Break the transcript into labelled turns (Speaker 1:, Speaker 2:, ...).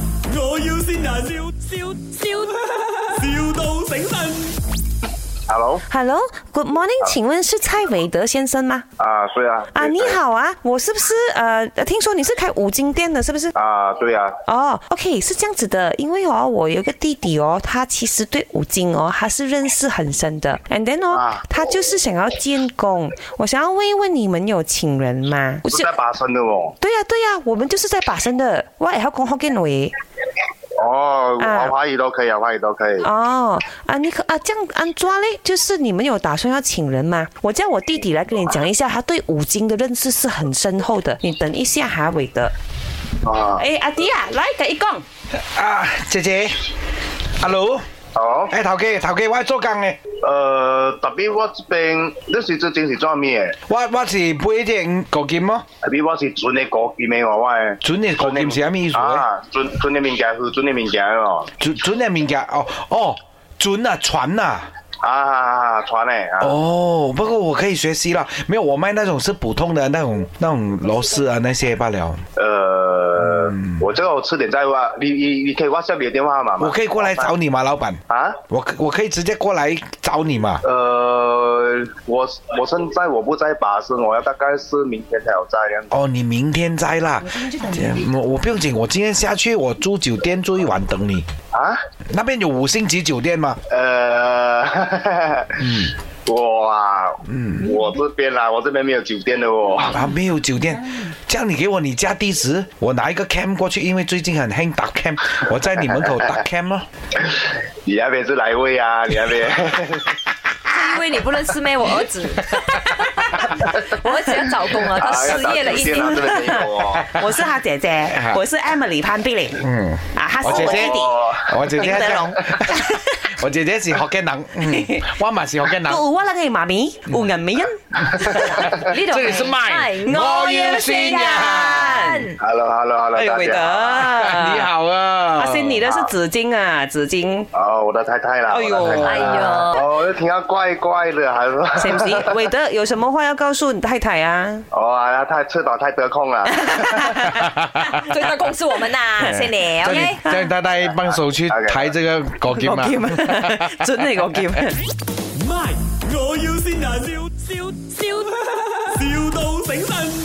Speaker 1: 要先人，笑笑笑，,笑到醒神。
Speaker 2: Hello，
Speaker 3: Hello，Good morning，请问是蔡伟德先生吗？
Speaker 2: 啊，对啊，
Speaker 3: 啊，
Speaker 2: 对
Speaker 3: 你
Speaker 2: 对
Speaker 3: 好啊，我是不是呃，听说你是开五金店的，是不是？
Speaker 2: 啊，对啊，
Speaker 3: 哦、o k 是这样子的，因为哦，我有一个弟弟哦，他其实对五金哦，他是认识很深的，and then 哦，
Speaker 2: 啊
Speaker 3: 他就是想要建工，我想要问一问你们有请人吗？不
Speaker 2: 不是在巴生的哦。
Speaker 3: 对呀、对呀、我们就是在把生的，我也要讲福建话。
Speaker 2: 哦，
Speaker 3: 啊
Speaker 2: 我华语都可以啊，华语都可以。
Speaker 3: 哦，啊，你可啊，这样安抓嘞，就是你们有打算要请人吗？我叫我弟弟来跟你讲一下，他对五金的认识是很深厚的。你等一下哈，韦德。
Speaker 2: 啊，
Speaker 3: 哎，阿弟啊，来跟一讲。
Speaker 4: 啊，姐姐，hello，
Speaker 2: 好，
Speaker 4: 诶，头家，头家，我係做工嘅，
Speaker 2: 呃，特別我這邊，你是做正是做咩？
Speaker 4: 我我是背啲五金哦咯，
Speaker 2: 特別我是準的高級咩我喂。
Speaker 4: 準嘅五金是咩意思咧？
Speaker 2: 啊，準準的物件是準的物件哦。
Speaker 4: 準準嘅物件，哦哦，準啊，船啊，
Speaker 2: 啊啊啊，船的啊。
Speaker 4: 哦，不過我可以學習啦，沒有，我賣那種是普通的那種那種螺絲啊那些罷了，
Speaker 2: 呃，我這個我遲點再話，你你你可以 WhatsApp 你的電話號碼嗎？
Speaker 4: 嗯我可以過來找你嘛，老闆，
Speaker 2: 啊。
Speaker 4: 我可我可以直接過來找你嘛，
Speaker 2: 呃，我我现在我不在巴士，我要大概是明天才有在这样子。
Speaker 4: 哦，你明天再啦，我我不用緊，我今天下去我住酒店住一晚等你，
Speaker 2: 啊？
Speaker 4: 那邊有五星級酒店嗎？
Speaker 2: 呃， 哇，我这边啦，我这边没有酒店的哦。
Speaker 4: 啊，没有酒店，这样你给我你家地址，我拿一个 cam 过去，因为最近很兴打 cam，我在你门口打 cam 咯。
Speaker 2: 你那边是哪一位啊？你那边？
Speaker 5: 是因为你不认识咩？我 儿子，我儿子要找工啊，他
Speaker 2: 啊，要
Speaker 5: 失
Speaker 2: 打
Speaker 5: 业了
Speaker 2: 酒
Speaker 5: 一
Speaker 2: 店啊，这
Speaker 5: 年。
Speaker 2: 边没有哦。
Speaker 3: 我是他姐姐，我是 Emily 潘碧玲。嗯，啊，他是
Speaker 4: 啊我
Speaker 3: 我
Speaker 4: 姐
Speaker 3: 弟
Speaker 4: 姐
Speaker 3: 弟。林
Speaker 2: 哦，
Speaker 4: 我姐姐
Speaker 3: 德龍，
Speaker 4: 我姐姐是福建人，嗯，我嘛是福建人
Speaker 3: 我。有哦我那个妈咪，有银美欣。哎
Speaker 4: 嗯
Speaker 5: 呢度
Speaker 4: 这里是 麦我要先人。
Speaker 2: Hello，Hello，Hello，
Speaker 3: 哎呦，
Speaker 2: 大
Speaker 3: 韦德，
Speaker 2: 家。
Speaker 4: 你好啊，
Speaker 3: 阿星，你的是纸巾啊，纸巾。
Speaker 2: 哦，我的太太啦。
Speaker 3: 哎呦
Speaker 2: 我的太太
Speaker 5: 哎呦，
Speaker 2: 哦，又听到怪怪的，还是？
Speaker 3: 是不是？韦德有什么话要告诉你太太啊？
Speaker 2: 哦，啊太吃饱太得空了。
Speaker 5: 最多公司我们呐，先你
Speaker 4: 叫你
Speaker 5: ，OK。
Speaker 4: 叫你太太帮手去抬这个狗金
Speaker 3: 哦
Speaker 4: 嘛。
Speaker 3: 真系我剑。
Speaker 1: My，我要先人，笑笑笑，,笑到醒神。